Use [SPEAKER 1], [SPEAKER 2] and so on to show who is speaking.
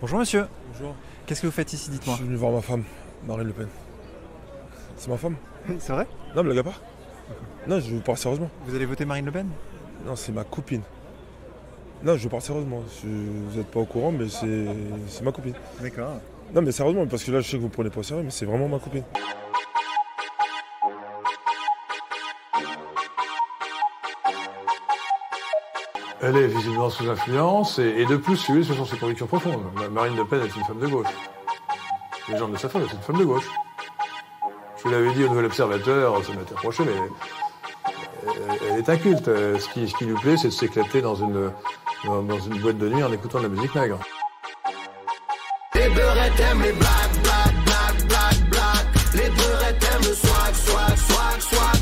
[SPEAKER 1] Bonjour monsieur,
[SPEAKER 2] Bonjour.
[SPEAKER 1] qu'est-ce que vous faites ici,
[SPEAKER 2] Je
[SPEAKER 1] dites-moi
[SPEAKER 2] suis venu voir ma femme, Marine Le Pen. C'est ma femme
[SPEAKER 1] C'est vrai
[SPEAKER 2] Non, blague à part. Non, je vous parle sérieusement.
[SPEAKER 1] Vous allez voter Marine Le Pen
[SPEAKER 2] Non, c'est ma copine. Non, je vous parle sérieusement. Je- Vous n'êtes pas au courant, mais c'est c'est ma copine.
[SPEAKER 1] D'accord.
[SPEAKER 2] Non, mais sérieusement, parce que là, je sais que vous prenez pas au sérieux, mais c'est vraiment ma copine.
[SPEAKER 3] Elle est visiblement sous influence, et, et de plus, si vous voulez, ce sont ses convictions profondes. Ma- Marine Le Pen est une femme de gauche. Les gens le savent, c'est une femme de gauche. Je vous l'avais dit au Nouvel Observateur, ça m'a été reproché, mais elle, elle est inculte. Euh, Ce qui, ce qui lui plaît, c'est de s'éclater dans une, dans, dans une boîte de nuit en écoutant de la musique nègre.
[SPEAKER 4] les blacks, black, black, black. Les beurrettes aiment le swag, swag, swag, swag.